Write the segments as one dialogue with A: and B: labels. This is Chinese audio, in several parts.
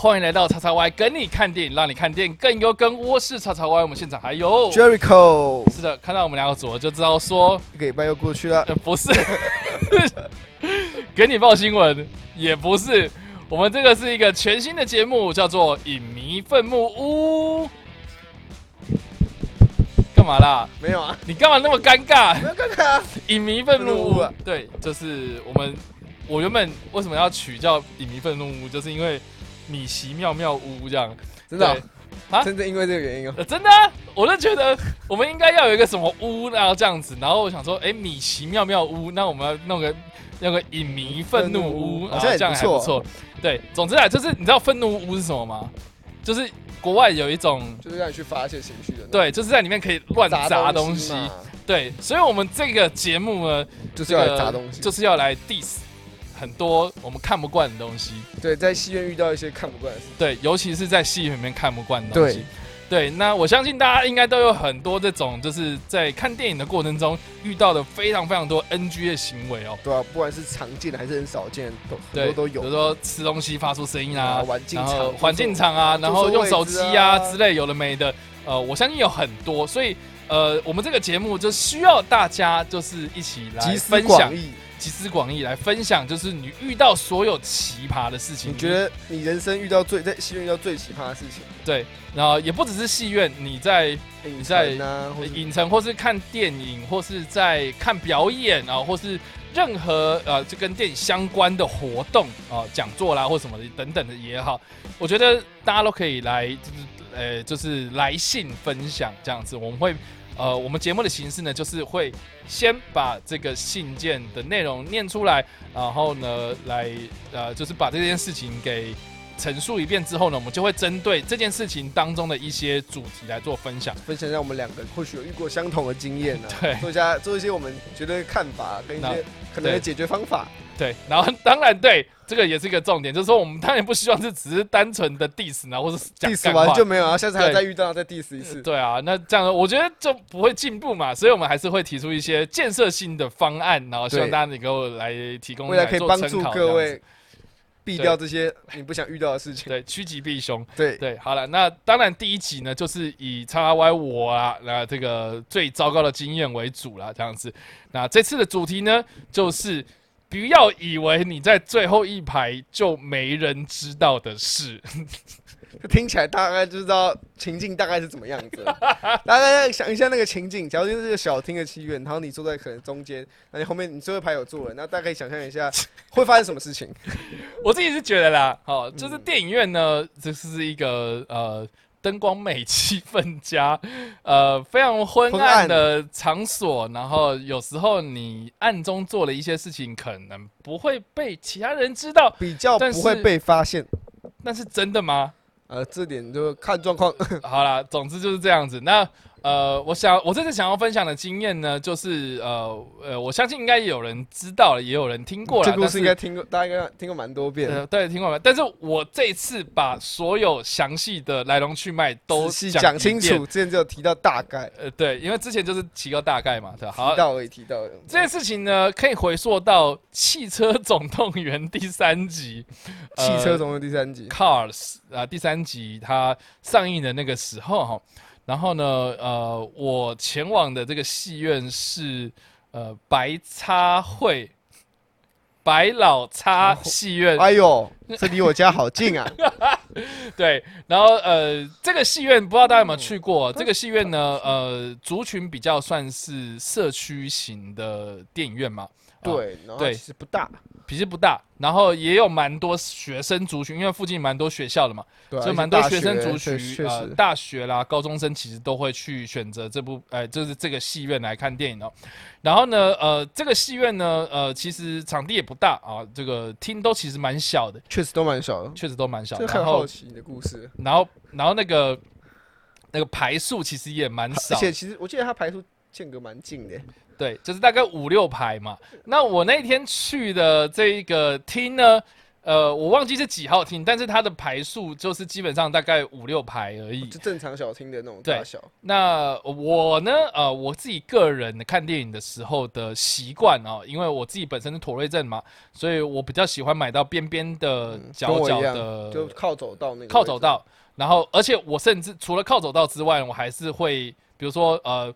A: 欢迎来到叉叉 Y 跟你看电影，让你看电影更有梗。我是叉叉 Y，我们现场还有
B: Jericho，
A: 是的，看到我们两个组合就知道说，
B: 一个礼拜又过去了。
A: 呃，不是， 给你报新闻也不是，我们这个是一个全新的节目，叫做《影迷愤怒屋》。干嘛啦？
B: 没有啊，
A: 你干嘛那么尴尬？
B: 没有看看啊。
A: 影迷愤怒
B: 愤
A: 屋啊
B: 怒屋，
A: 对，就是我们。我原本为什么要取叫影迷愤怒屋，就是因为米奇妙妙屋这样。
B: 真的
A: 对
B: 哦
A: 啊
B: 真的因为这个原因哦。
A: 呃，真的、啊，我就觉得我们应该要有一个什么屋，然后这样子，然后我想说，哎、米奇妙妙屋，那我们要弄个弄个影迷愤怒
B: 愤怒
A: 屋，
B: 屋
A: 然
B: 好
A: 后
B: 像也
A: 这样还
B: 不
A: 不
B: 错
A: 错。对，总之啊，就是你知道愤怒屋是什么吗？就是国外有一种，
B: 就是让你去发泄情绪的。，
A: 对，就是在里面可以乱砸东
B: 东
A: 西。
B: 嘛
A: 对，所以我们这个节目呢，
B: 就是
A: 这
B: 要来
A: 个
B: 砸东西。
A: 就是要来 diss 很多我们看不惯的东西。
B: 对，在戏院遇到一些看不惯的事，
A: 对，尤其是在戏里面看不惯的东西。对，那我相信大家应该都有很多这种，就是在看电影的过程中遇到的非常非常多 NG 的行为哦。
B: 对啊，不管是常见的还是很少见，都很
A: 对，
B: 多都
A: 比如
B: 有。
A: 说吃东西发出声音啊，
B: 环境
A: 然后
B: 场，
A: 环境场啊，
B: 坐
A: 然后用手机啊
B: 坐位置啊
A: 之类有的没的，呃，我相信有很多，所以呃，我们这个节目就需要大家就是一起来
B: 集思
A: 分享嗯
B: 广，益。
A: 集思广益来分享，就是你遇到所有奇葩的事情，
B: 你觉得你人生遇到最在戏院遇到最奇葩的事情？
A: 对？然后也不只是戏院，你在
B: 影
A: 在
B: 城啊，或者
A: 呃影城，或是看电影，或是在看表演啊，或是任何呃就跟电影相关的活动啊、讲座啦或什么的等等的也好，我觉得大家都可以来，就是呃就是来信分享这样子，我们会。呃，我们节目的形式呢，就是会先把这个信件的内容念出来，然后呢，来呃，就是把这件事情给陈述一遍之后呢，我们就会针对这件事情当中的一些主题来做分享。
B: 分享一下我们两个或许有遇过相同的经验呢、啊，
A: 对
B: 做一下做一些我们觉得看法跟一
A: 那
B: 些可能的
A: 对
B: 解决方法，
A: 对，然后当然对，这个也是一个重点，就是说我们当然不希望是只是单纯的 diss 然后或是讲
B: diss
A: 干
B: 完
A: 话
B: 就没有，然后下次还
A: 对
B: 再遇到再 diss 一次。
A: 对啊，那这样我觉得就不会进步嘛，所以我们还是会提出一些建设性的方案，然后希望
B: 对
A: 大家能够来提供
B: 未来可以
A: 做
B: 帮
A: 参
B: 助
A: 考这
B: 各
A: 样
B: 位
A: 子
B: 避
A: 对
B: 掉这些你不想遇到的事情。
A: 对趋吉避凶。
B: 对，
A: 对，好了，那当然第一集呢，就是以叉叉 Y 我啊，那这个最糟糕的经验为主啦，这样子。那这次的主题呢，就是不要以为你在最后一排就没人知道的事。
B: 听起来大概就知道情境大概是怎么样子了。大家想一下那个情境，假如就是这个小厅的戏院，然后你坐在可能中间，那你后面你最后一排有坐人，那大家可以想象一下会发生什么事情。
A: 我自己是觉得啦，哦，就是电影院呢，这是一个呃灯光美、气氛佳，呃非常昏
B: 昏
A: 暗
B: 暗
A: 的场所。然后有时候你暗中做了一些事情，可能不会被其他人知道，
B: 比较
A: 但
B: 不会
A: 是
B: 被发现。
A: 那是真的 吗？
B: 呃，这点就看状况。
A: 好啦，总之就是这样子。那呃，我想我这次想要分享的经验呢，就是呃呃，我相信应该也有人知道了，也有人听过了。
B: 这故
A: 但
B: 事
A: 是
B: 应该听过，大家应该听过蛮多遍。
A: 呃，对，听过没？但是我这次把所有详细的来龙去脉都
B: 仔细
A: 讲
B: 讲
A: 一
B: 清
A: 遍
B: 楚，。之前只有提到大概，
A: 呃，对，因为之前就是提个大概嘛，对吧，好
B: 提，到而已，提到而已。呃
A: 这件事情呢，可以回溯到《汽车总动员》第三集，呃
B: 汽车总有第三集，
A: Cars 啊、第三集它上映的那个时候哈，然后呢，呃，我前往的这个戏院是呃白叉会百老叉戏院，
B: 哎呦，这离我家好近啊！
A: 对，然后呃，这个戏院不知道大家有没有去过？这个戏院呢，呃，族群比较算是社区型的电影院嘛，
B: 对，然后
A: 啊对
B: 其实不大，
A: 脾气不大，然后也有蛮多学生族群，因为附近蛮多学校的嘛，
B: 对啊，
A: 所以
B: 一
A: 蛮
B: 些
A: 多
B: 大
A: 学生族
B: 确
A: 群，
B: 确
A: 呃，
B: 实，
A: 大学啦、高中生其实都会去选择这部，呃，就是这个戏院来看电影哦。然后呢，呃，这个戏院呢，呃，其实场地也不大啊，这个厅都其实蛮小的，
B: 确实都蛮小的。
A: 确实都蛮小。
B: 这
A: 然
B: 很
A: 后
B: 好奇你的故事，
A: 然后然后那个那个排数其实也蛮少
B: 而，且其实我记得它排出间隔蛮近的，
A: 对，就是大概五六排嘛。那我那天去的这一个厅呢，呃，我忘记是几号厅，但是它的排数就是基本上大概五六排而已。
B: 就正常小厅的那种
A: 嗯对
B: 大小。
A: 那我呢？呃，我自己个人看电影的时候的习惯哦，因为我自己本身是妥瑞症嘛，所以我比较喜欢买到边边的
B: 嗯跟
A: 角
B: 我
A: 角
B: 一样
A: 的，
B: 就靠走道那个
A: 呃靠
B: 位置
A: 走，道。然后，而且我甚至除了靠走道之外，我还是会，比如说呃，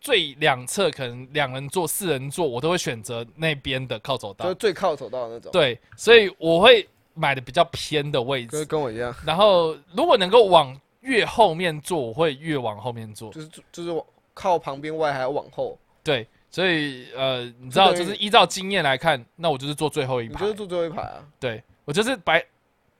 A: 最两侧可能两人座、四人座，我都会选择那边的靠走
B: 就
A: 道。
B: 是最靠走道的那种。，
A: 对，所以我会买的比较偏的位
B: 跟
A: 置。
B: 跟我一样，
A: 然后，如果能够往越后面坐，我会越往后面坐。
B: 就是就是往靠旁边外还要往后，
A: 对，所以呃，你知道，就
B: 就等于
A: 是依照经验来看，那我就是坐最后一
B: 你
A: 排
B: 就是。坐最后一排 啊。
A: 对我就是白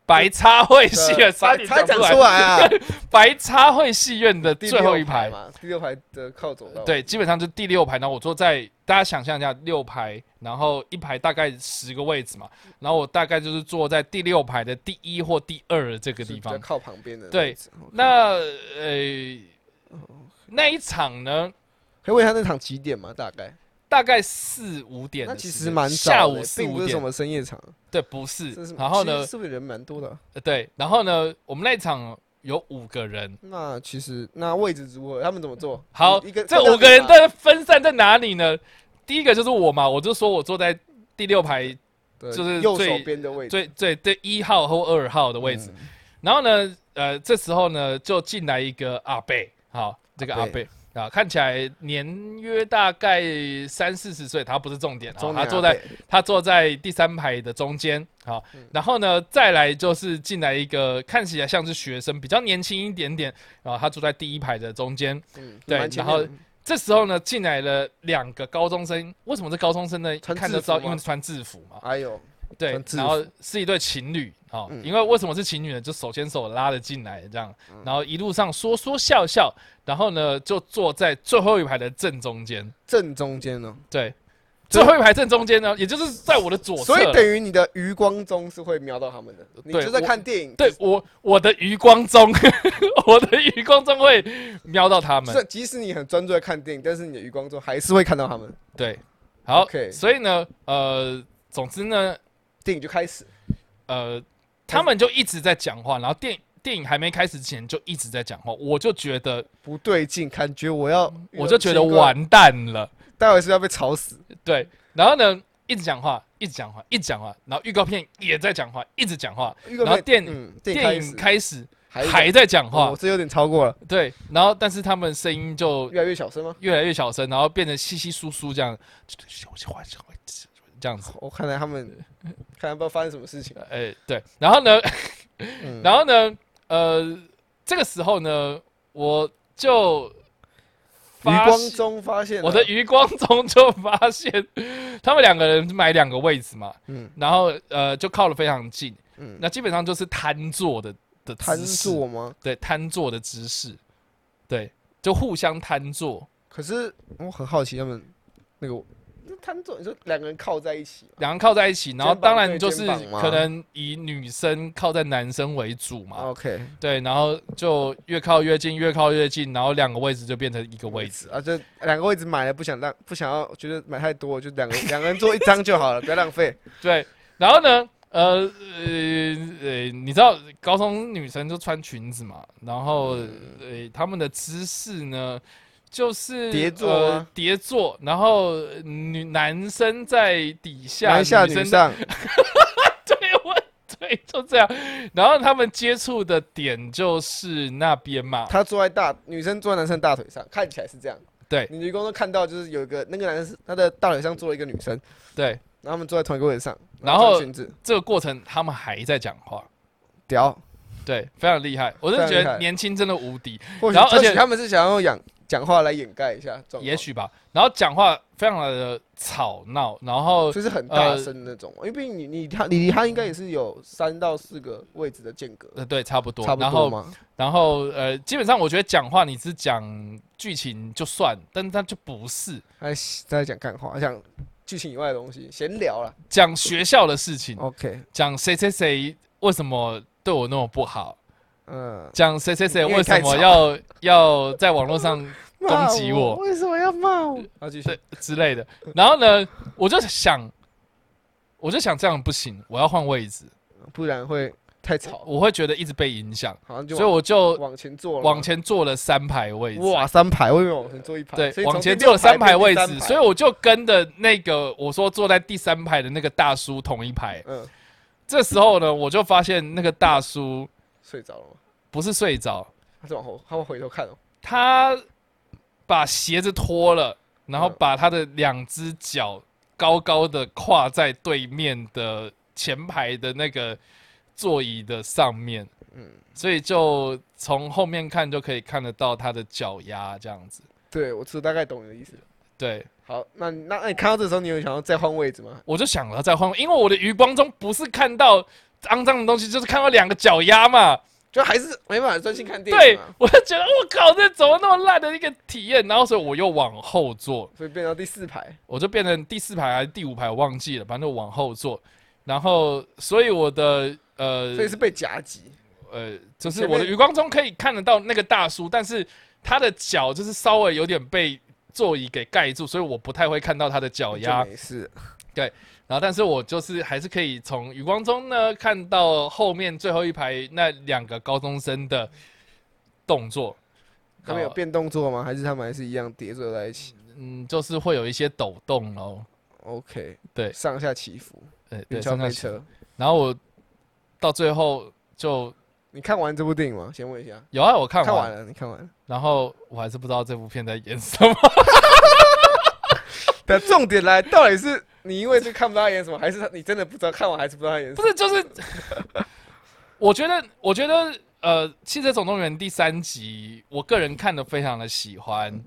A: 白插会戏院，差点
B: 他
A: 讲
B: 啊讲
A: 出来
B: 出，来啊，
A: 白插会戏院的
B: 第
A: 最后
B: 六
A: 一排。
B: 嘛，第六排的靠走道。，
A: 对，基本上就是第六排，然后我坐在大家想象一下，六排，然后一排大概十个位置嘛，然后我大概就是坐在第六排的第一或第二的这个
B: 就是
A: 地
B: 比较
A: 方。
B: 靠旁边的
A: 对
B: 位置。
A: 那呃，那一场呢，
B: 可以问一下那场几点吗？大概？
A: 大概四五点
B: 那
A: 的时间，
B: 其实蛮早的欸
A: 下午四
B: 并
A: 五
B: 不是什
A: 点，
B: 么深夜场，
A: 对，不是
B: 这是。
A: 然后
B: 其
A: 呢
B: 实，是不是人蛮多的啊？
A: 呃对，然后呢，我们那一场有五个人，
B: 那其实那位置如何？他们怎么做？
A: 好，
B: 一个
A: 这五
B: 啊
A: 个人的分散在哪里呢？第一个就是我嘛，我就说我坐在第六排
B: 对
A: 就是
B: 右
A: 最
B: 手边的位置
A: 最最最一号或二号的位置。，
B: 嗯
A: 然后呢，呃，这时候呢就进来一个阿贝，好，这个阿
B: 阿
A: 贝
B: 贝
A: 啊，看起来年约大概三四十岁，他不是重点啊，
B: 中
A: 他
B: 年
A: 坐
B: 阿
A: 在
B: 伯
A: 他坐在第三排的中间，好，
B: 嗯
A: 然后呢，再来就是进来一个看起来像是学生，比较年轻一点点，然后他坐在第一排的中间。
B: 嗯
A: 对
B: 蛮前
A: 然后
B: 面的
A: 这时候呢，进来了两个高中生，为什么是高中生呢？
B: 穿
A: 看
B: 制
A: 得
B: 服
A: 到，
B: 吗
A: 因为穿制服嘛，
B: 哎呦，
A: 对
B: 穿，制
A: 然后是一对情侣哦，
B: 嗯
A: 因为为什么是情侣呢？就手牵手拉着进来这样，然后一路上说说笑笑，然后呢就坐在最后一排的正中间，
B: 正中间呢，
A: 对，
B: 这
A: 最后一排正中间呢，也就是在我的左侧，呃
B: 所以等于你的余光中是会瞄到他们的，你
A: 对
B: 就在
A: 我
B: 看电影，
A: 对我我的余光中， 我的余光中会瞄到他们。
B: 是即使你很专注在看电影，但是你的余光中还是会看到他们。
A: 对，好
B: OK
A: 所以呢，呃，总之呢，
B: 电影就开始，
A: 呃，他们就一直在讲话，然后电电影还没开始之前就一直在讲话，我就觉得
B: 不对劲，感觉我要，
A: 我就觉得，完蛋了，
B: 待会是不是要被吵死。
A: 对，然后呢，一直讲话，一直讲话，一直讲话，然后预告片也在讲话，一直讲话，
B: 预
A: 然后电
B: 影，嗯
A: 电
B: 电
A: 影开始
B: 还
A: 还在讲话
B: 我，哦这有点超过了，
A: 对，然后但是他们声音就
B: 越来越小声吗？
A: 越来越小声，然后变得稀稀疏疏这样，这样子。
B: 我看来他们，看来不知道发生什么事情。
A: 哎、对，然后呢，
B: 嗯，
A: 然后呢，呃，这个时候呢，我就
B: 余
A: 发
B: 光
A: 现
B: 中发现了
A: 我的余光中就发现，他们两个人买两个位置嘛，
B: 嗯
A: 然后呃就靠得非常近，
B: 嗯，
A: 那基本上就是瘫坐的的
B: 瘫
A: 姿势，
B: 坐吗？
A: 对，瘫坐的姿势，对，就互相瘫坐，
B: 可是我很好奇他们那个那瘫坐，你说两个人靠在一起吗
A: 两个人靠在一起，然后
B: 肩膀
A: 当然
B: 对
A: 就
B: 肩
A: 是
B: 膀吗
A: 可能以女生靠在男生为主嘛，
B: 哦？OK，
A: 对，然后就越靠越近，越靠越近，然后两个位置就变成一个位置。
B: 啊，就两个位置买了，不想让不想要，觉得买太多，就两个两个人坐一张 就好了，不要浪费。
A: 对，然后呢，呃呃呃，你知道高中女生就穿裙子嘛，然后
B: 嗯
A: 呃，她们的姿势呢，就是
B: 叠坐啊
A: 呃
B: 吗，
A: 叠坐，然后呃女男生在底下，
B: 男下
A: 女
B: 女
A: 生
B: 上，
A: 对，我对，就这样。然后他们接触的点就是那边嘛，
B: 他坐在大女生坐在男生大腿上，看起来是这样。
A: 对
B: 你女工都看到，就是有一个那个男生他的大腿上坐了一个女生，
A: 对，
B: 然后他们坐在同一个位置上，
A: 然后
B: 穿裙子
A: 这个过程他们还在讲话。
B: 屌，
A: 对，非常厉害，我是觉
B: 非常厉
A: 得
B: 害
A: 年轻真的无敌，
B: 或许
A: 然后而
B: 或许
A: 且
B: 他们是想要讲讲话来掩盖一下状况，
A: 也许吧。然后讲话非常的吵闹，然后
B: 就是很
A: 呃
B: 大声的那种，因为毕竟你你他你离他应该也是有三到四个位置的间隔，
A: 呃对，差不多，
B: 差不
A: 然
B: 多
A: 后
B: 嘛。
A: 然后呃，基本上我觉得讲话你只讲剧情就算，但是它就不是
B: 还在讲干话，讲剧情以外的东西，闲聊啦。
A: 讲学校的事情，
B: OK，
A: 讲谁谁谁为什么对我那么不好，
B: 嗯。
A: 讲谁谁谁
B: 因为
A: 为什
B: 太
A: 么
B: 吵
A: 要要在网络上
B: 骂
A: 攻击我呃
B: 为什么要骂我？啊，继
A: 对之类的。然后呢，我就想，我就想这样不行，我要换位置，
B: 不然会太吵，
A: 我会觉得一直被影响，
B: 好像就
A: 所以我就
B: 往前坐了嘛。
A: 往前坐了三排位置。
B: 哇，三排，我以为往前坐一排，所
A: 对，
B: 以
A: 往
B: 从
A: 前
B: 第六
A: 坐了三
B: 排
A: 排位
B: 变第
A: 置，
B: 三排
A: 所以我就跟着那个我说坐在第三排的那个大叔同一排。
B: 嗯，
A: 这时候呢，我就发现那个大叔
B: 睡着了吗？
A: 不是睡着，
B: 他是往后，他会回头看哦。
A: 他把鞋子脱了，然后
B: 嗯
A: 把他的两只脚高高的跨在对面的前排的那个座椅的上面，
B: 嗯，
A: 所以就从后面看就可以看得到他的脚丫这样子。
B: 对，我知大概懂你的意思。
A: 对，
B: 好，那你那那你看到这时候，你有想要再换位置吗？
A: 我就想了再换，因为我的余光中不是看到肮脏的东西，就是看到两个脚丫嘛。
B: 就还是没办法专心看电
A: 对
B: 影嘛，，
A: 我就觉得我靠，这怎么那么烂的一个体验？然后所以我又往后坐，
B: 所以变到第四排。
A: 我就变成第四排还是第五排，我忘记了，反正我往后坐。然后，所以我的呃
B: 嗯所以是被夹击，
A: 呃，就是
B: 前
A: 我
B: 面
A: 的余光中可以看得到那个大叔，但是他的脚就是稍微有点被座椅给盖住，所以我不太会看到他的脚丫。
B: 就没事。
A: 然后，但是我就是还是可以从余光中呢看到后面最后一排那两个高中生的动作。
B: 他们有
A: 哦
B: 变动作吗？还是他们还是一样叠坐在一起
A: 嗯，就是会有一些抖动哦。
B: ？OK，
A: 对
B: 上下起伏，
A: 呃，对，
B: 云霄
A: 上
B: 飞
A: 下
B: 车。
A: 然后我到最后就
B: 你看完这部电影吗？先问一下。
A: 有啊，我看完，
B: 看完了，你看完了。
A: 然后我还是不知道这部片在演什么。
B: 但重点来，到底是你因为这看不到他演什么，还是他你真的不知道看完还是不知道他演什
A: 不
B: 么？
A: 是，就是我觉得，我觉得，呃，《汽车总动员》第三集，我个人看的非常的喜欢。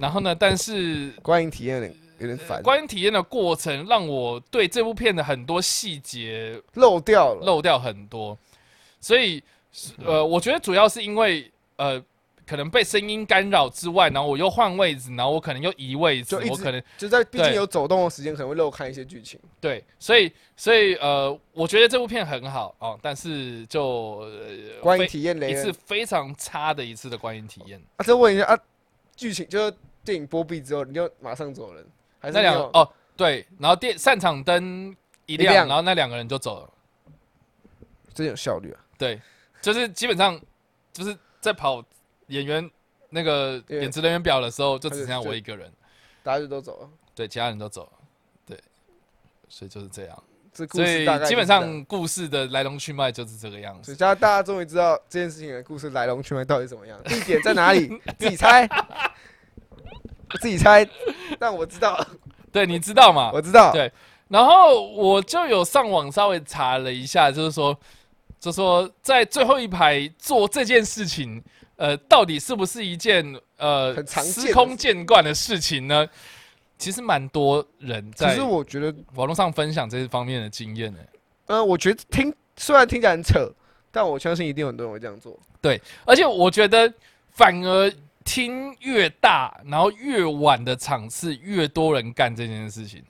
A: 然后呢，但是
B: 观影体验有点有点烦，
A: 观影体验的过程让我对这部片的很多细节
B: 漏掉了。
A: 漏掉很多，所以呃，我觉得主要是因为呃，可能被声音干扰之外，然后我又换位置，然后我可能又移位置
B: 就一，直
A: 我可能
B: 就在毕竟
A: 对
B: 有走动的时间，可能会漏看一些剧情。
A: 对，所以所以呃，我觉得这部片很好哦，但是就、呃、
B: 观影
A: 非
B: 体验雷
A: 一次
B: 人
A: 非常差的一次的观影体验。
B: 啊，再问一下啊，剧情就是电影播毕之后，你就马上走人，还是
A: 那两
B: 你
A: 个
B: 有
A: 哦，对，然后电散场灯一亮，
B: 亮
A: 然后那两个人就走了，
B: 真有效率啊？
A: 对，就是基本上就是在跑演员那个
B: 对
A: 演职人员表的时候，就
B: 他
A: 只
B: 就
A: 剩下
B: 就
A: 我一个人。
B: 大家就都走了，
A: 对，其他人都走了，对，所以就是这样，
B: 这故
A: 所
B: 事
A: 以
B: 大概
A: 基本
B: 就是这样，
A: 上故事的来龙去脉就是这个样
B: 所
A: 子
B: 以。大家大家终于知道这件事情的故事来龙去脉到底是怎么样，地点在 哪里，自己猜， 自己猜，但我知道，
A: 对，你知道嘛？
B: 我知道，
A: 对然后我就有上网稍微查了一下，就是说，就说在最后一排做这件事情，呃，到底是不是一件呃
B: 很常见的
A: 司空见惯的事情呢？其实蛮多人
B: 只
A: 在
B: 是我觉得
A: 网络上分享这方面的经验呢、
B: 嗯，我觉得听虽然听起来很扯，但我相信一定有很多人会这样做。
A: 而且我觉得反而听越大，然后越晚的场次，越多人干这件事情。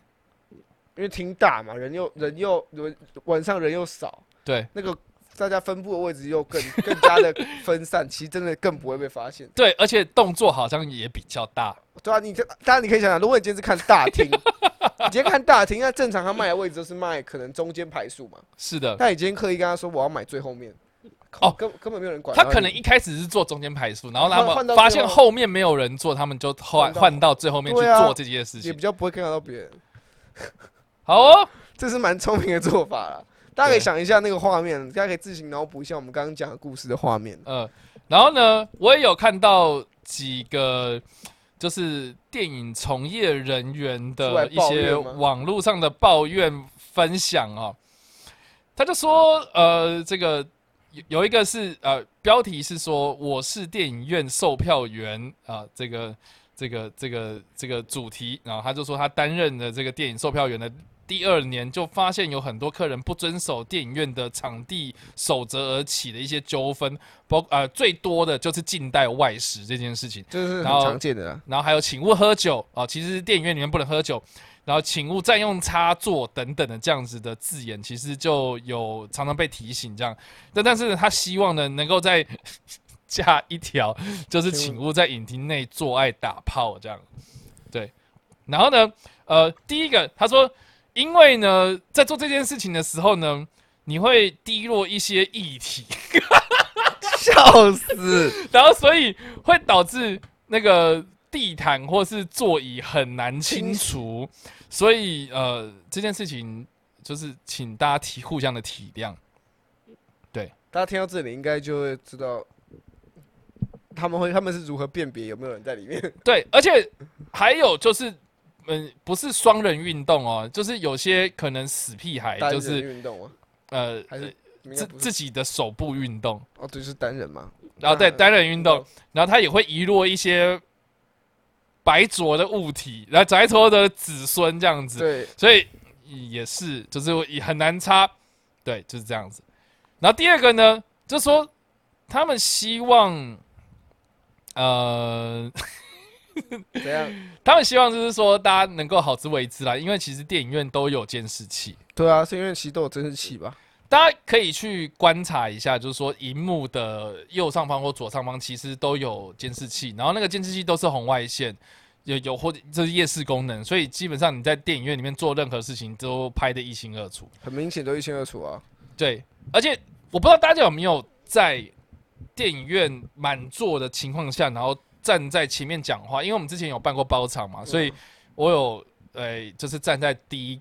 B: 因为听大嘛，人又人又人晚上人又少，
A: 对
B: 那个大家分布的位置又更 更加的分散，其实真的更不会被发现。
A: 对，而且动作好像也比较大。
B: 对啊，你就当然你可以想想，如果你今天是看大 厅，你今天看大厅，那正常他卖的位置都是卖可能中间排数嘛，
A: 是的，
B: 但你今天刻意跟他说我要买最后面，
A: 嗯哦
B: 根根本没有人管
A: 他
B: 到
A: 可
B: 你
A: 能一开始是做中间排数，然后
B: 换
A: 他
B: 换
A: 们
B: 到
A: 发
B: 最
A: 现
B: 后
A: 后面没有人做，他们就换
B: 换到
A: 换到最后面去
B: 对啊
A: 做这件事
B: 也
A: 情
B: 比。较不会干扰到别人，
A: 好哦，
B: 这是蛮聪明的做法 啦。大家可以
A: 对
B: 想一下那个画面，大家可以自行脑补一下我们刚刚讲的故事的画面。
A: 呃，然后呢，我也有看到几个就是电影从业人员
B: 出来
A: 的一
B: 抱
A: 些
B: 怨吗
A: 网络上的抱怨分享哦，他就说，呃，这个有有一个是呃，标题是说我是电影院售票员啊、这个这个这个这个主题，然后他就说他担任了这个电影售票员的第二年，就发现有很多客人不遵守电影院的场地守则而起的一些纠纷，包呃最多的就是近代外食这件事情。
B: 就是很
A: 然后
B: 常见 的啦。
A: 然后还有请勿喝酒啊、其实电影院里面不能喝酒，哦然后请勿占用插座等等的这样子的字眼，其实就有常常被提醒这样。但但是呢他希望呢能够在 加一条，就是
B: 请
A: 请
B: 勿
A: 勿在影厅内做爱打炮这样。对，然后呢，呃，第一个他说，因为呢在做这件事情的时候呢，你会低落一些议题，
B: 笑死！
A: 然后所以会导致那个地毯或是座椅很难清除，所以呃这件事情就是请大家体互相的体谅。
B: 大家听到这里应该就会知道，他们会他们是如何辨别有没有人在里面。
A: 对，而且还有就是，嗯，不是双人运动哦，就是有些可能死屁孩
B: 单
A: 哎就
B: 人
A: 是
B: 运动啊，
A: 呃
B: 还是应该
A: 自
B: 不是
A: 自己的手部运动，
B: 哦，对，就是单人嘛。
A: 然后对
B: 嗯
A: 单人运动，然后他也会遗落一些白灼的物体，然后白灼的子孙这样子，
B: 对，
A: 所以也是就是也很难插，对，就是这样子。然后第二个呢，就说他们希望，呃，
B: 怎样？
A: 他们希望就是说大家能够好自为之啦，因为其实电影院都有监视器，
B: 对啊，是因为其实都有监视器吧？
A: 大家可以去观察一下，就是说荧幕的右上方或左上方其实都有监视器，然后那个监视器都是红外线，有有或者这是夜视功能，所以基本上你在电影院里面做任何事情都拍得一清二楚。
B: 很明显都一清二楚啊。
A: 对，而且我不知道大家有没有在电影院满座的情况下，然后站在前面讲话，因为我们之前有办过包场
B: 啊
A: 嘛，所以我有呃，就是站在第一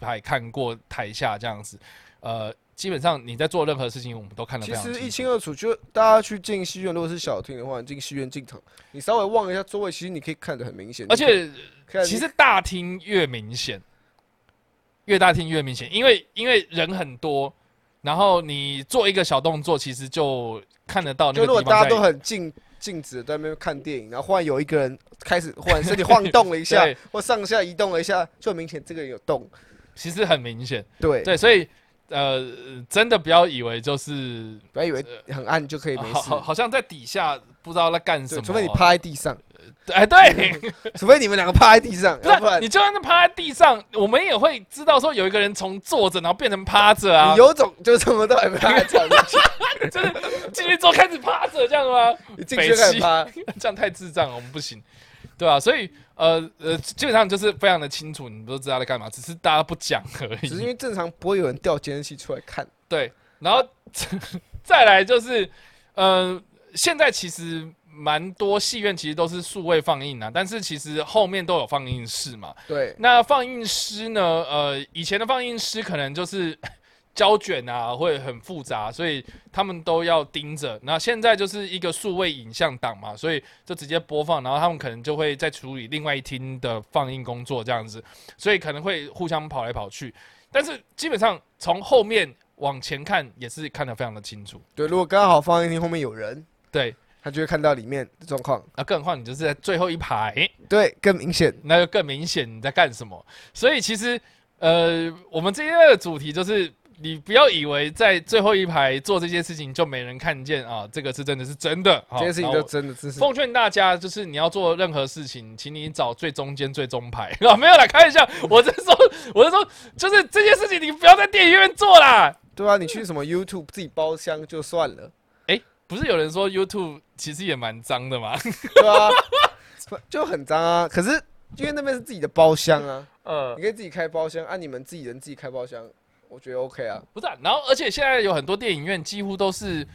A: 排看过台下这样子，呃，基本上你在做任何事情，我们都看得非
B: 其
A: 常
B: 实
A: 清楚。
B: 一清二楚，就大家去进戏院，如果是小厅的话，你进戏院进场，你稍微望一下座位，其实你可以看得很明显。
A: 而且
B: 看
A: 其实大厅越明显，越大厅越明显，因为因为人很多，然后你做一个小动作，其实就看得到那
B: 就
A: 个
B: 如果
A: 地
B: 大
A: 方
B: 家都
A: 在。
B: 很静静止地在那边看电影，然后忽然有一个人开始忽然身体晃动了一 下
A: 对，
B: 或上下移动了一下，就很明显这个人有动。
A: 其实很明显，
B: 对，
A: 对，所以呃，真的不要以为就是哦
B: 不要以为很暗就可以没
A: 好
B: 事
A: 好，好像在底下不知道在干什
B: 对，
A: 么，啊
B: 除非你，趴在地上，
A: 哎，对，
B: 除非你们两个趴在地上，
A: 不
B: 要不
A: 是
B: 然
A: 你就算是趴在地上，我们也会知道说有一个人从坐着然后变成趴着啊
B: 你，有种就什么都还没趴在 床上去，
A: 就是进去之后开始趴着这样吗？
B: 你进去就开始趴。
A: 这样太智障了，我们不行，对吧、所以呃呃，基本上就是非常的清楚，你们都知道在干嘛，只是大家不讲而
B: 只是因
A: 已。
B: 为正常不会有人调监视器出来看，
A: 对，然后 再来就是，呃，现在其实蛮多戏院其实都是数位放映啊，但是其实后面都有放映室嘛。
B: 对，
A: 那放映师呢，呃，以前的放映师可能就是 胶卷啊，会很复杂，所以他们都要盯着。那现在就是一个数位影像档嘛，所以就直接播放，然后他们可能就会再处理另外一厅的放映工作这样子，所以可能会互相跑来跑去。但是基本上从后面往前看也是看得非常的清楚，
B: 对，如果刚好放映厅后面有人，
A: 对。
B: 他就会看到里面的状况，
A: 那更何况你就是在最后一排，
B: 对，更明显。
A: 那就更明显你在干什么。所以其实，呃，我们这一类的主题就是，你不要以为在最后一排做这些事情就没人看见啊，这个是真的是真的。啊
B: 这件事情
A: 然
B: 就
A: 后
B: 真的真是
A: 奉劝大家，就是你要做任何事情，请你找最中间、最中排啊， 没有啦，开玩笑，我是说，我是说，就是这件事情你不要在电影院做啦。
B: 对啊，你去什么 YouTube 自己包厢就算了，
A: 不是有人说 YouTube 其实也蛮脏的 吗？
B: 对啊，就很脏啊。可是因为那边是自己的包厢啊，
A: 呃
B: 你，可以自己开包厢，按、你们自己人自己开包厢，我觉得 OK 啊。
A: 不是、啊，然后而且现在有很多电影院几乎都是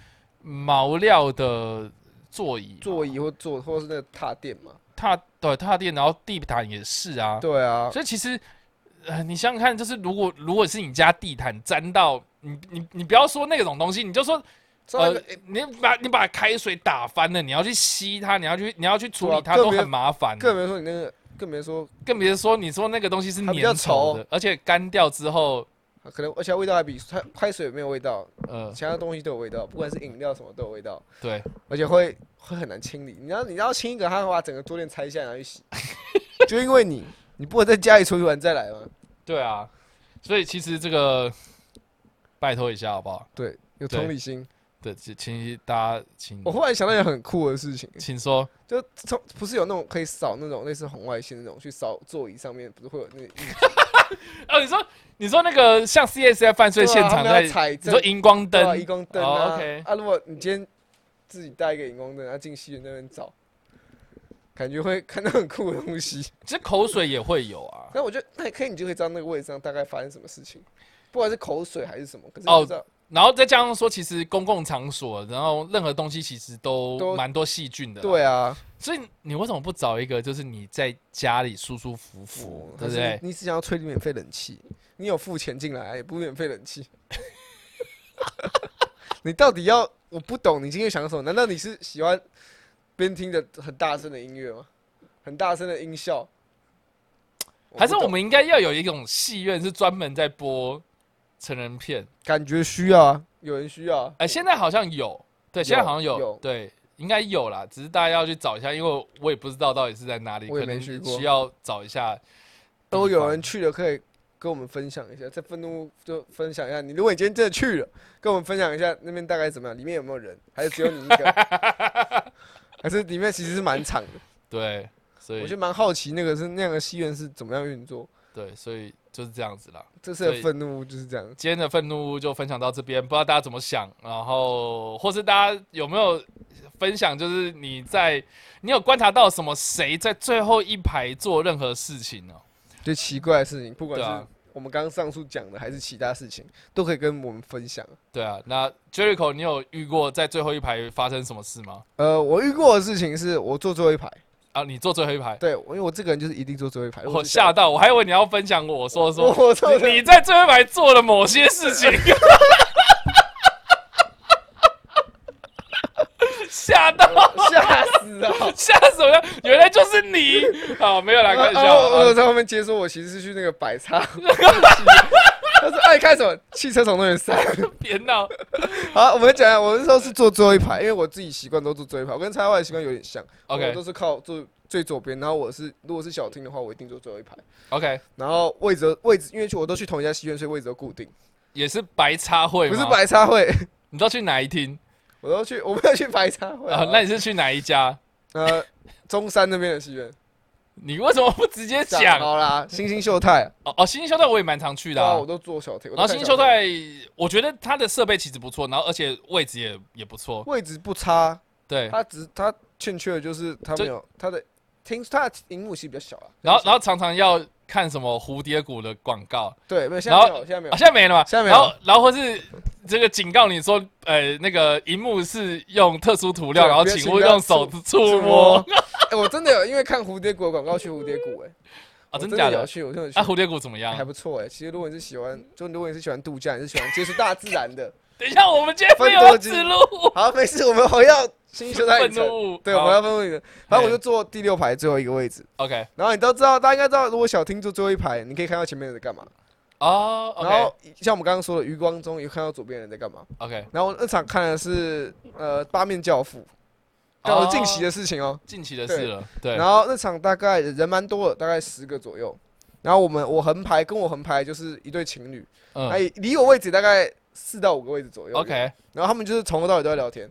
A: 毛料的座椅嘛，
B: 座椅或坐或是那个踏垫嘛，
A: 踏对踏垫，然后地毯也是啊。
B: 对啊，
A: 所以其实，呃，你想想看，就是如果如果是你家地毯沾到你你你不要说那种东西，你就说
B: 上那
A: 呃
B: 个欸，
A: 你把你把开水打翻了，你要去吸它，你要去你要去处
B: 对
A: 理
B: 啊
A: 它
B: 更
A: 都
B: 别
A: 很麻烦，
B: 更别说你那个，更别说
A: 更别说你说那个东西是
B: 它比较
A: 粘稠
B: 稠
A: 的，而且干掉之后，
B: 可能而且味道还比它开水没有味道，
A: 呃，
B: 其他东西都有味道，不管是饮料什么都有味道，
A: 对，
B: 而且会会很难清理。你要你要清一个，他会把整个桌垫拆下来然后去 洗，就因为你你不能在家里处理完再来嘛。
A: 对啊，所以其实这个拜托一下好不好？
B: 对，有
A: 对嗯
B: 同理心。
A: 对，请请大家请
B: 我忽然想到一件很酷的事情，
A: 请说，
B: 就从不是有那种可以扫那种类似红外线那种去扫座椅上面，不是会有那个
A: 哦，你说你说那个像 CSF 犯罪现场
B: 对啊他们
A: 在
B: 要，采
A: 你
B: 证
A: 说荧光
B: 对啊
A: 灯
B: 荧光灯
A: 哦
B: 啊
A: ，OK
B: 啊，如果你今天自己带一个荧光灯，然后啊进戏院那边找，感觉会看到很酷的东西。
A: 其实口水也会有啊。
B: 那我觉得那可以，你就可以知道那个位置上大概发生什么事情。不管是口水还是什么，可是
A: 哦
B: 你知道
A: 然后再加上说，其实公共场所，然后任何东西其实都
B: 都
A: 蛮多细菌的。，
B: 对啊，
A: 所以你为什么不找一个就是你在家里舒舒服服，对
B: 可
A: 不
B: 哦是
A: 对？
B: 你只想要吹免费冷气，你有付钱进来，也不免费冷 气。你到底要？我不懂你今天想什么？难道你是喜欢边听着很大声的音乐吗？很大声的音效？不
A: 还是我
B: 懂
A: 们应该要有一种戏院是专门在播成人片？
B: 感觉需要啊，有人需要啊。
A: 哎、现在好像有，对，
B: 有
A: 现在好像有，
B: 有
A: 对，应该有啦，只是大家要去找一下，因为我也不知道到底是在哪里，
B: 我
A: 可
B: 也没
A: 能
B: 去过
A: 需要找一下。
B: 都有人去了，可以跟我们分享一下，在愤怒就分享一下。你如果你今天真的去了，跟我们分享一下那边大概怎么样，里面有没有人，还是只有你一个， 还是里面其实是蛮长的。
A: 对，所
B: 我
A: 以
B: 就蛮好奇那个是那样的戏院是怎么样运作。
A: 对，所以就是这样子啦。
B: 这次
A: 对
B: 的愤怒就是这样，
A: 今天的愤怒就分享到这边，不知道大家怎么想，然后或是大家有没有分享，就是你在你有观察到什么谁在最后一排做任何事情呢、
B: 就奇怪的事情，不管
A: 对
B: 是
A: 啊
B: 我们刚刚上述讲的，还是其他事情，都可以跟我们分享。
A: 对啊，那 Jericho，你有遇过在最后一排发生什么事吗？
B: 呃，我遇过的事情是我坐最后一排，
A: 啊，你坐最后一排，
B: 对，我因为我这个人哎就是一定坐最后一排。
A: 我
B: 只
A: 吓
B: 想
A: 到，我还以为你要分享我说说
B: 我坐
A: 你你在最后一排做了某些事 情，吓到。
B: 吓死啊！
A: 吓死我了！原来就是 你，好，没有啦，开玩笑
B: 啊我我
A: 啊。
B: 在后面接说，我其实是去那个百 叉。他说：“哎，开什么？汽车总动员 三。
A: 别闹，”
B: 呃好，我们讲一下，我那时候是坐最后一排，因为我自己习惯都坐最后一排，我跟插外的习惯有点像。我
A: OK
B: 都是靠坐最左边，然后我是如果是小厅的话，我一定坐最后一排。
A: OK，
B: 然后位置位置，因为去我都去同一家戏院，所以位置都固定，
A: 也是白茶会
B: 不
A: 吗
B: 是，白茶会，
A: 你知道去哪一厅
B: 我都去， 我没有去白茶会
A: 啊？那你是去哪一家？
B: 呃，中山那边的戏院，
A: 你为什么不直接讲？
B: 好啦，星星秀泰，
A: 哦哦，新星秀泰我也蛮常去的
B: 然
A: 啊、
B: 后啊哦我都坐小厅，
A: 然
B: 我都
A: 后
B: 看
A: 新星
B: 小
A: 秀
B: 厅
A: 泰，我觉得它的设备其实不错，然后而且位置也也不错。
B: 位置不差，
A: 对，
B: 他只他欠缺的就是他
A: 这
B: 没有他的，听他的荧幕其实比较小啊，
A: 然后然后常常要看什么蝴蝶谷的广告，
B: 对，没有，现
A: 然
B: 在
A: 后
B: 没有，现在没
A: 啊，
B: 有，
A: 现在没了嘛？
B: 现在没有
A: 然后然后或是这个警告你说，呃，那个荧幕是用特殊涂料，
B: 对
A: 然后
B: 不要
A: 请
B: 请
A: 勿
B: 不要
A: 用手
B: 触
A: 触摸。
B: 哎，我真的有因为看蝴蝶谷的广告去蝴蝶谷，哎，
A: 啊，
B: 我
A: 真
B: 真
A: 的假
B: 有
A: 的？
B: 去，我真的有去
A: 啊，，蝴蝶谷怎么样
B: 还？不错哎。其实如果你是喜欢，就如果你是喜欢度假，你是喜欢接触大自然的，
A: 等一下，我们今天没有
B: 奋斗
A: 要
B: 之
A: 自录，
B: 好，没事，我们回到星球太
A: 愤
B: 影城。
A: 怒。
B: 对，我
A: 好哎
B: 们要分位置。反正我
A: 对
B: 就坐第六排最后一个位置。
A: OK
B: 然后你都知道，大家应该知道，如果小厅坐最后一排，你可以看到前面人在干嘛。
A: 哦
B: 然
A: ，OK
B: 后像我们刚刚说的，余光中有看到左边人在干嘛。
A: OK，
B: 然后我那场看的是呃《八面教父》，但我近期的事情哦。
A: 近期的事了，对
B: 然后那场大概人蛮多的，大概十个左右。然后我们我横排跟我横排就是一对情侣，哎、
A: 嗯
B: 离我位置大概四到五个位置左右。
A: ，OK，
B: 然后他们就是从头到尾都在聊天，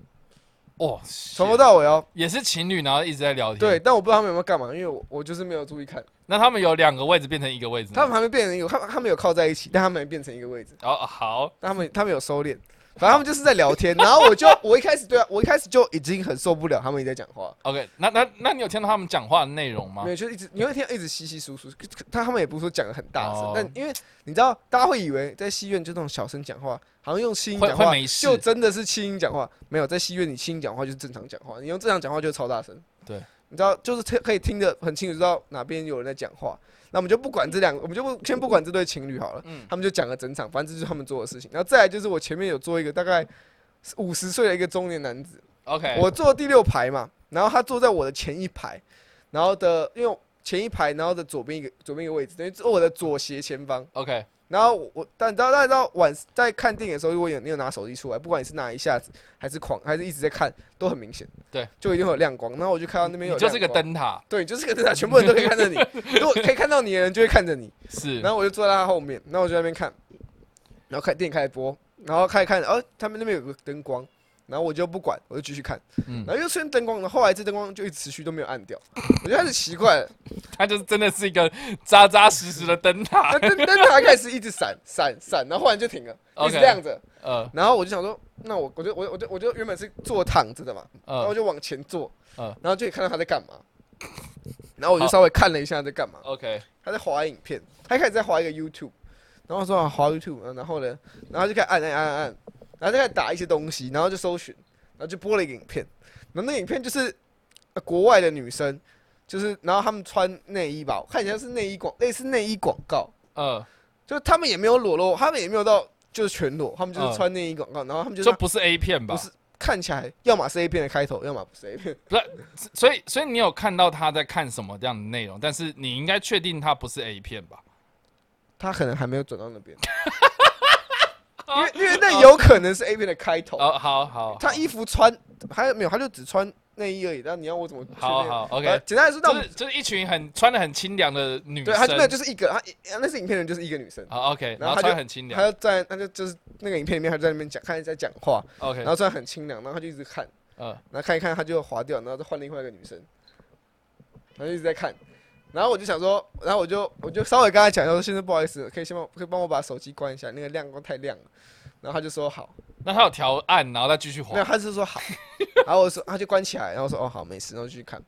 A: 哇，
B: 从头到尾哦。
A: 也是情侣，然后一直在聊天。
B: 对，，但我不知道他们有没有干嘛，因为我我就是没有注意看。
A: 那他们有两个位置变成一个位置吗，
B: 他们还没变成一个，他们他们有靠在一起，但他们没变成一个位置，
A: 哦好，
B: 但他们他们有收敛，反正他们就是在聊天。然后我就 我一开始对啊，我一开始就已经很受不了他们一直在讲话，
A: OK，那那那你有听到他们讲话的内容吗
B: 没？有就一直你会听到一直稀稀疏疏，可可他他们也不是说讲的很大声
A: 哦，
B: 但因为你知道大家会以为在戏院就那种小声讲话，好像用气音
A: 会
B: 讲
A: 会
B: 话
A: 没事
B: 就真的是气音讲话，没有在戏院你气音讲话就是正常讲话，你用正常讲话就是超大声。
A: 对，
B: 你知道就是听可以听得很清楚，知道哪边有人在讲话。那我们就不管这两，我们就不先不管这对情侣好了。
A: 嗯
B: 他们就讲了整场，反正这就是他们做的事情。然后再来就是我前面有坐一个大概五十岁的一个中年男子，
A: ，OK，
B: 我坐第六排嘛，然后他坐在我的前一排，然后的因为前一排，然后的左边一个左边一个位置，等于是我的左斜前方。
A: OK，
B: 然后我我但你知道大家知道晚在看电影的时候，如果有你有拿手机出来，不管你是拿一下子还是狂还是一直在看，都很明显。
A: 对，
B: 就一定会有亮光。然后我就看到那边有
A: 你就是个
B: 亮光，
A: 灯塔，
B: 对，你就是个灯塔，全部人都可以看着你。如果可以看到你的人，就会看着你。
A: 是
B: 然后我就坐在他后面，然后我就在那边看，然后看电影开始播，然后看一看，哦，他们那边有个灯光，然后我就不管，我就继续看，
A: 嗯
B: 然后又出现灯光，然后后来这灯光就一直持续都没有暗掉，我就开始奇怪了，
A: 它就是真的是一个扎扎实实的灯塔
B: 那。灯灯塔开始一直闪闪闪，然后忽然就停了，一直
A: OK
B: 亮着，
A: 呃
B: 然后我就想说，那我我就我就我就我就原本是坐躺着的嘛，然后我
A: 呃
B: 就往前坐，
A: 嗯
B: 然后就可以看到他在干嘛，然后我就稍微看了一下他在干嘛，
A: ，OK，
B: 他在滑影片，他一开始在滑一个 YouTube，然后说啊滑 YouTube，然后呢，然后就开始按按按按按，然后就开始打一些东西，然后就搜寻，然后就播了一个影片，然后那个影片就是、呃国外的女生，就是然后她们穿内衣吧，我看起来是内衣广，类似内衣广告，
A: 呃，
B: 就是她们也没有裸露，她们也没有到就是全裸，她们就
A: 嗯
B: 是穿内衣广告，然后她们就
A: 这
B: 是
A: 不是 A 片吧？
B: 不是看起来要么是 A 片的开头，要么不是 A 片，
A: 所以所以你有看到他在看什么这样的内容，但是你应该确定他不是 A 片吧？
B: 她可能还没有转到 那边，因为因为那有可能是 A 片的开头，
A: 哦，好好，
B: 她衣服穿还有没有，她就只穿内衣而已，那你要我怎么确定？
A: 好好，OK，
B: 呃简单来说，那我
A: 就
B: 们
A: 是就是一群很穿的很清凉的女
B: 对，
A: 生，
B: 她就没有就是一个，她那是影片的人就是一个女生，
A: 好 OK，
B: 然
A: 然后
B: 后他就
A: 穿很清凉
B: 她就在，她就就是那个影片里面，她就在那边讲，看她在讲话，
A: ，OK，
B: 然后虽然很清凉，然后她就一直看，
A: 呃，
B: 然后看一看，她就划掉，然后再换另外一个女生，她就一直在看。然后我就想说，然后我就我就稍微跟她讲说，先生不好意思，可以先帮我可以帮我把手机关一下，那个亮光太亮了。然后她就说好，
A: 那他有调暗，然后再继续滑
B: 没有，，她是说好。 然后我说她就关起来，然后我说哦好没事，然后继续看，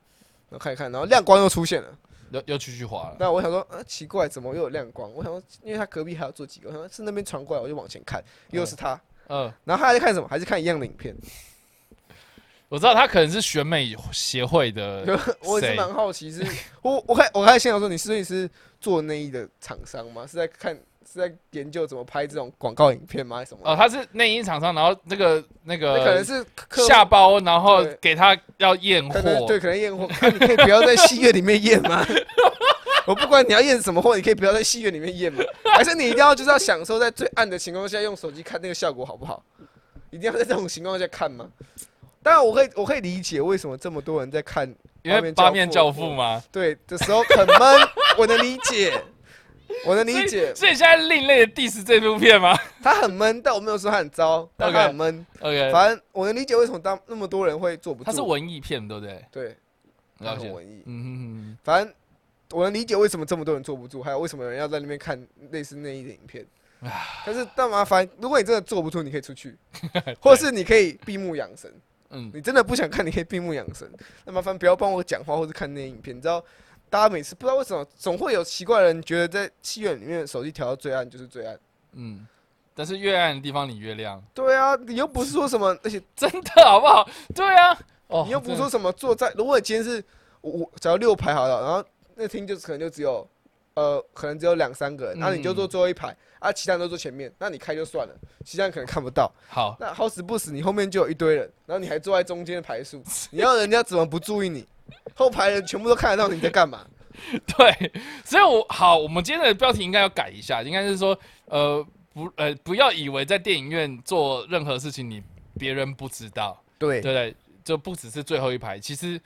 B: 然后看一看，然后亮光又出现了。
A: 又又继续滑了。
B: 那我想说，啊，奇怪，怎么又有亮光？我想说，因为他隔壁还要做几个，我想说是那边传过来，我就往前看，又是他。
A: 嗯，
B: 然后他还在看什么？还是看一样的影 片？
A: 我知道他可能是选美协会的，
B: 我也
A: 谁
B: 是蛮好奇是，我我看我看现场说，你是所以是做内衣的厂商吗？是在看是在研究怎么拍这种广告影片吗？还是什么？
A: 哦，他是内衣厂商，然后那个那
B: 那可能
A: 个
B: 是客户
A: 下包，然后
B: 对
A: 给他要验
B: 可能
A: 货，
B: 对，可能验货。啊你可以不要在戏院里面验 吗？我不管你要验什么货，你可以不要在戏院里面验吗？还是你一定要就是要享受在最暗的情况下用手机看那个效果好不好？一定要在这种情况下看吗？当然，我可以我可以理解为什么这么多人在看，
A: 因为八
B: 八
A: 面
B: 面
A: 教
B: 教父
A: 父嘛。
B: 对的时候很 闷，我能理解，我能理解，
A: 所以现在另类的 diss 这部片吗
B: 他很闷，但我没有说他很糟，但他很闷。
A: ？OK，
B: 反正我能理解为什么当那么多人会坐不住。
A: 它是文艺片，对不对？
B: 对，他
A: 了解
B: 很。文艺。
A: 嗯，
B: 反正我能理解为什么这么多人坐不住，还有为什么有人要在那边看类似内衣的影片。但是但麻烦，如果你真的坐不住，你可以出去，或是你可以闭目养神。
A: 嗯，
B: 你真的不想看，你可以闭目养神。那麻烦不要帮我讲话或是看那些影片。你知道，大家每次不知道为什么总会有奇怪的人觉得在戏院里面手机调到最暗就是最暗。
A: 嗯，但是越暗的地方你越亮，
B: 对啊，你又不是说什么，而且
A: 真的好不好？对啊，哦，
B: 你又不是
A: 真
B: 说什么坐在，如果今天是五，只要六排好了，然后那厅就可能就只有，呃，可能只有两三个人，那、你就坐最后一排，啊，其他人都坐前面，那你开就算了，其他人可能看不到，
A: 的好，
B: 那好死不死你后面就有一堆人，然后你还坐在中间的排数，你要人家怎么不注意你？后排人全部都看得到你在干嘛？
A: 对，所以我好，我们今天的标题应该要改一下，应该是说，呃，不，呃，不要以为在电影院做任何事情你别人不知道，
B: 对
A: 对不对？就不只是最后一排，其实，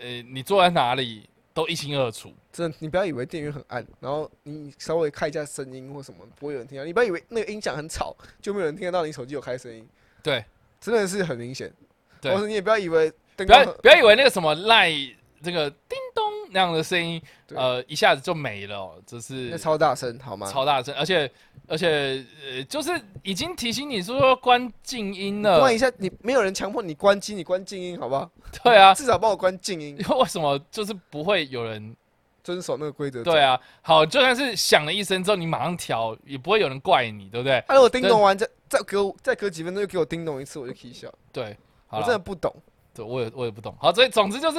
A: 呃，你坐在哪里都一清二楚。
B: 真的，你不要以为电源很暗，然后你稍微开一下声音或什么，不会有人听到。你不要以为那个音响很吵，就没有人听得到你手机有开声音。
A: 对，
B: 真的是很明显。
A: 对
B: 或是你也不要以为灯
A: 不要
B: 光很
A: 不要以为那个什么赖这个叮咚那样的声音，
B: 对
A: 呃，一下子就没了、哦，只是
B: 那超大声，好吗？
A: 超大声，而且而且呃，就是已经提醒你说关静音了，
B: 关一下，你没有人强迫你关机，你关静音好不好？
A: 对啊，
B: 至少帮我关静音，
A: 为什么就是不会有人
B: 遵守那个规则。
A: 对，啊？好，就算是响了一声之后你马上调，也不会有人怪你，对不对？
B: 哎，我叮咚完再再给我再隔几分钟又给我叮咚一次，我就可以笑。
A: 对，好
B: 我
A: 啦
B: 真的不懂，
A: 对我也我也不懂。好，所以总之就是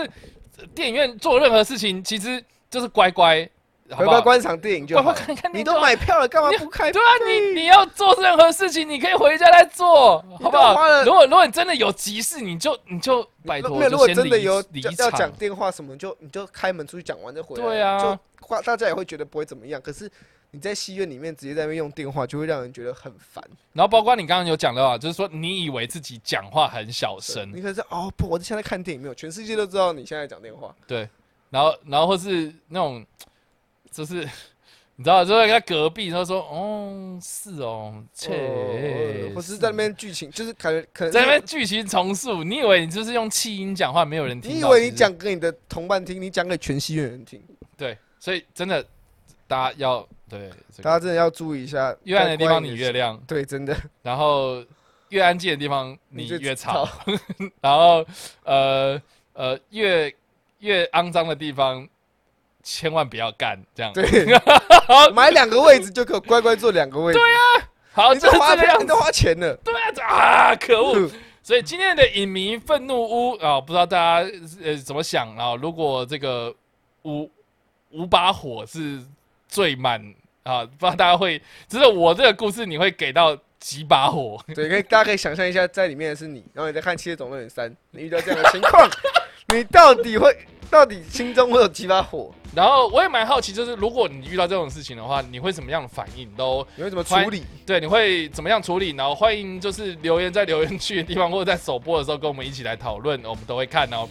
A: 呃电影院做任何事情，其实就是乖乖，好不
B: 乖乖
A: 好？
B: 观赏电影就
A: 乖
B: 好
A: 乖
B: 了。
A: 看看
B: 你
A: 那个
B: 都买票了，干嘛不开？
A: 对啊，你你要做任何事情，你可以回家再做，好不好
B: 花？了
A: 如果如果你真的有急事，你就你就拜托，
B: 没有，如
A: 就
B: 果
A: 先
B: 真的
A: 离
B: 有
A: 离
B: 要要
A: 场
B: 讲电话什么，你就你就开门出去讲完再回来。
A: 对啊
B: 就话大家也会觉得不会怎么样。可是你在戏院里面直接在那边用电话，就会让人觉得很烦。
A: 然后包括你刚刚有讲到啊，就是说你以为自己讲话很小声，
B: 你可能是哦不，我现在看电影没有，全世界都知道你现在讲电话。
A: 对，然后然后或是那种，就是 你知道，就是在隔壁，他说哦是哦，切
B: 哦，或是在那边剧情，就是感觉可能
A: 在那边。剧情重述，你以为你就是用气音讲话，没有人听到，
B: 你以为
A: 其
B: 你
A: 实
B: 讲给你的同伴听，你讲给全戏院人听，
A: 对，所以真的大家要对这
B: 大
A: 个
B: 家真的要注意一下。
A: 越暗的地方你
B: 在关于
A: 越亮，
B: 对，真 的
A: 然后越安静的地方你
B: 就
A: 越
B: 知
A: 吵
B: 道，
A: 然后呃呃越越肮脏的地方千万不要干这样。
B: 对，买两个位置就可以乖乖坐两个位置。对呀、
A: 好，啊
B: 你
A: 就
B: 都
A: 是这
B: 花
A: 个
B: 钱，
A: 样
B: 你
A: 子
B: 都。花钱了。
A: 对啊，啊可恶！所以今天的影迷愤怒屋啊、不知道大家呃怎么想啊、如果这个五五把火是最满啊、不知道大家会，只是我这个故事你会给到几把火？
B: 对，可以大家可以想象一下，在里面的是你，然后你在看《七夜总动员三》，你遇到这样的情 况，你到底会，到底心中会有几把火？
A: 然后我也蛮好奇，就是如果你遇到这种事情的话，你会怎么样的反应？都
B: 你会怎么处理？
A: 对，你会怎么样处理？然后欢迎就是留言在留言区的地方，或者在首播的时候跟我们一起来讨论，我们都会看哦。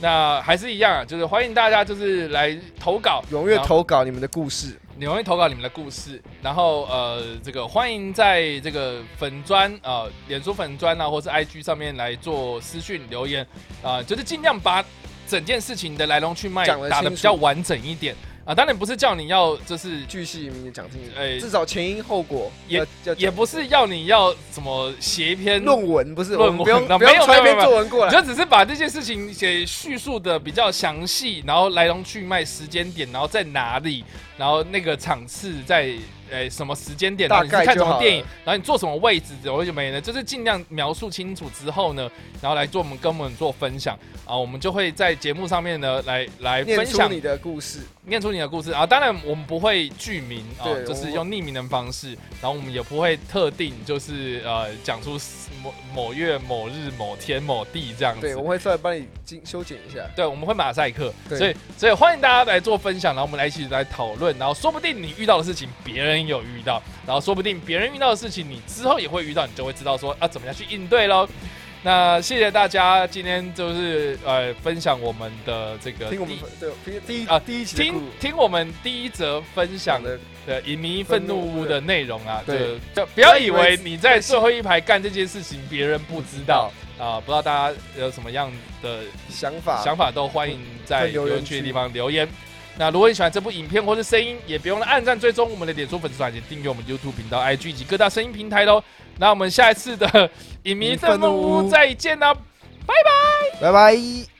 A: 那还是一样啊，就是欢迎大家就是来投稿，
B: 踊跃
A: 然后
B: 投稿你们的故事，
A: 你们会投稿你们的故事，然后呃，这个欢迎在这个粉砖呃，脸书粉砖啊，或是 IG 上面来做私讯留言啊、就是尽量把整件事情的来龙去脉
B: 讲得
A: 打的
B: 清楚
A: 比较完整一点啊、当然不是叫你要，就是
B: 巨细靡遗讲清楚，
A: 哎
B: 至少前因后果
A: 也
B: 要要
A: 也不是要你要什么写一篇
B: 论文，不是
A: 论
B: 我们不用
A: 文那
B: 不
A: 没有
B: 用传一
A: 没有
B: 篇
A: 没有
B: 作文过
A: 你
B: 来，
A: 就只是把这件事情给叙述的比较详细，然后来龙去脉、时间点，然后在哪里，然后那个场次在呃什么时间点，然
B: 大
A: 后你是
B: 概
A: 看什
B: 就好
A: 么
B: 了
A: 电影，然后你坐什么位置，然后就没了，就是尽量描述清楚之后呢，然后来做我们跟我们做分享啊，我们就会在节目上面呢来来分
B: 念出
A: 享
B: 你的故事，
A: 念出你的故事啊，当然我们不会剧名啊，
B: 对
A: 就
B: 我
A: 是
B: 们
A: 用匿名的方式，然后我们也不会特定就是呃讲出某某月某日某天某地这样子。
B: 对，我会稍微帮你精修剪一下。
A: 对，我们会马赛克，
B: 对
A: 所以所以欢迎大家来做分享，然后我们来一起来讨论，然后说不定你遇到的事情别人也有遇到，然后说不定别人遇到的事情你之后也会遇到，你就会知道说啊怎么样去应对喽。那谢谢大家，今天就是呃分享我们的这个
B: 听我们
A: 第
B: 对听第一
A: 啊
B: 第一集的故
A: 听听我们第一则分享
B: 讲的
A: 的影迷愤怒屋的内容啊，
B: 对
A: 就就不要以为你在最后一排干这件事情别人不知道啊，不知道大家有什么样的
B: 想法，
A: 想法都欢迎在
B: 在留
A: 留
B: 言
A: 言区的
B: 区
A: 地方留言。那如果你喜欢这部影片或是声音，也别忘了按赞、追踪我们的脸书粉丝团、也订阅我们 YouTube 频道、IG 以及各大声音平台喽。那我们下一次的影迷
B: 影迷
A: 愤
B: 愤
A: 怒
B: 怒
A: 屋
B: 屋
A: 再见啦，
B: 拜拜。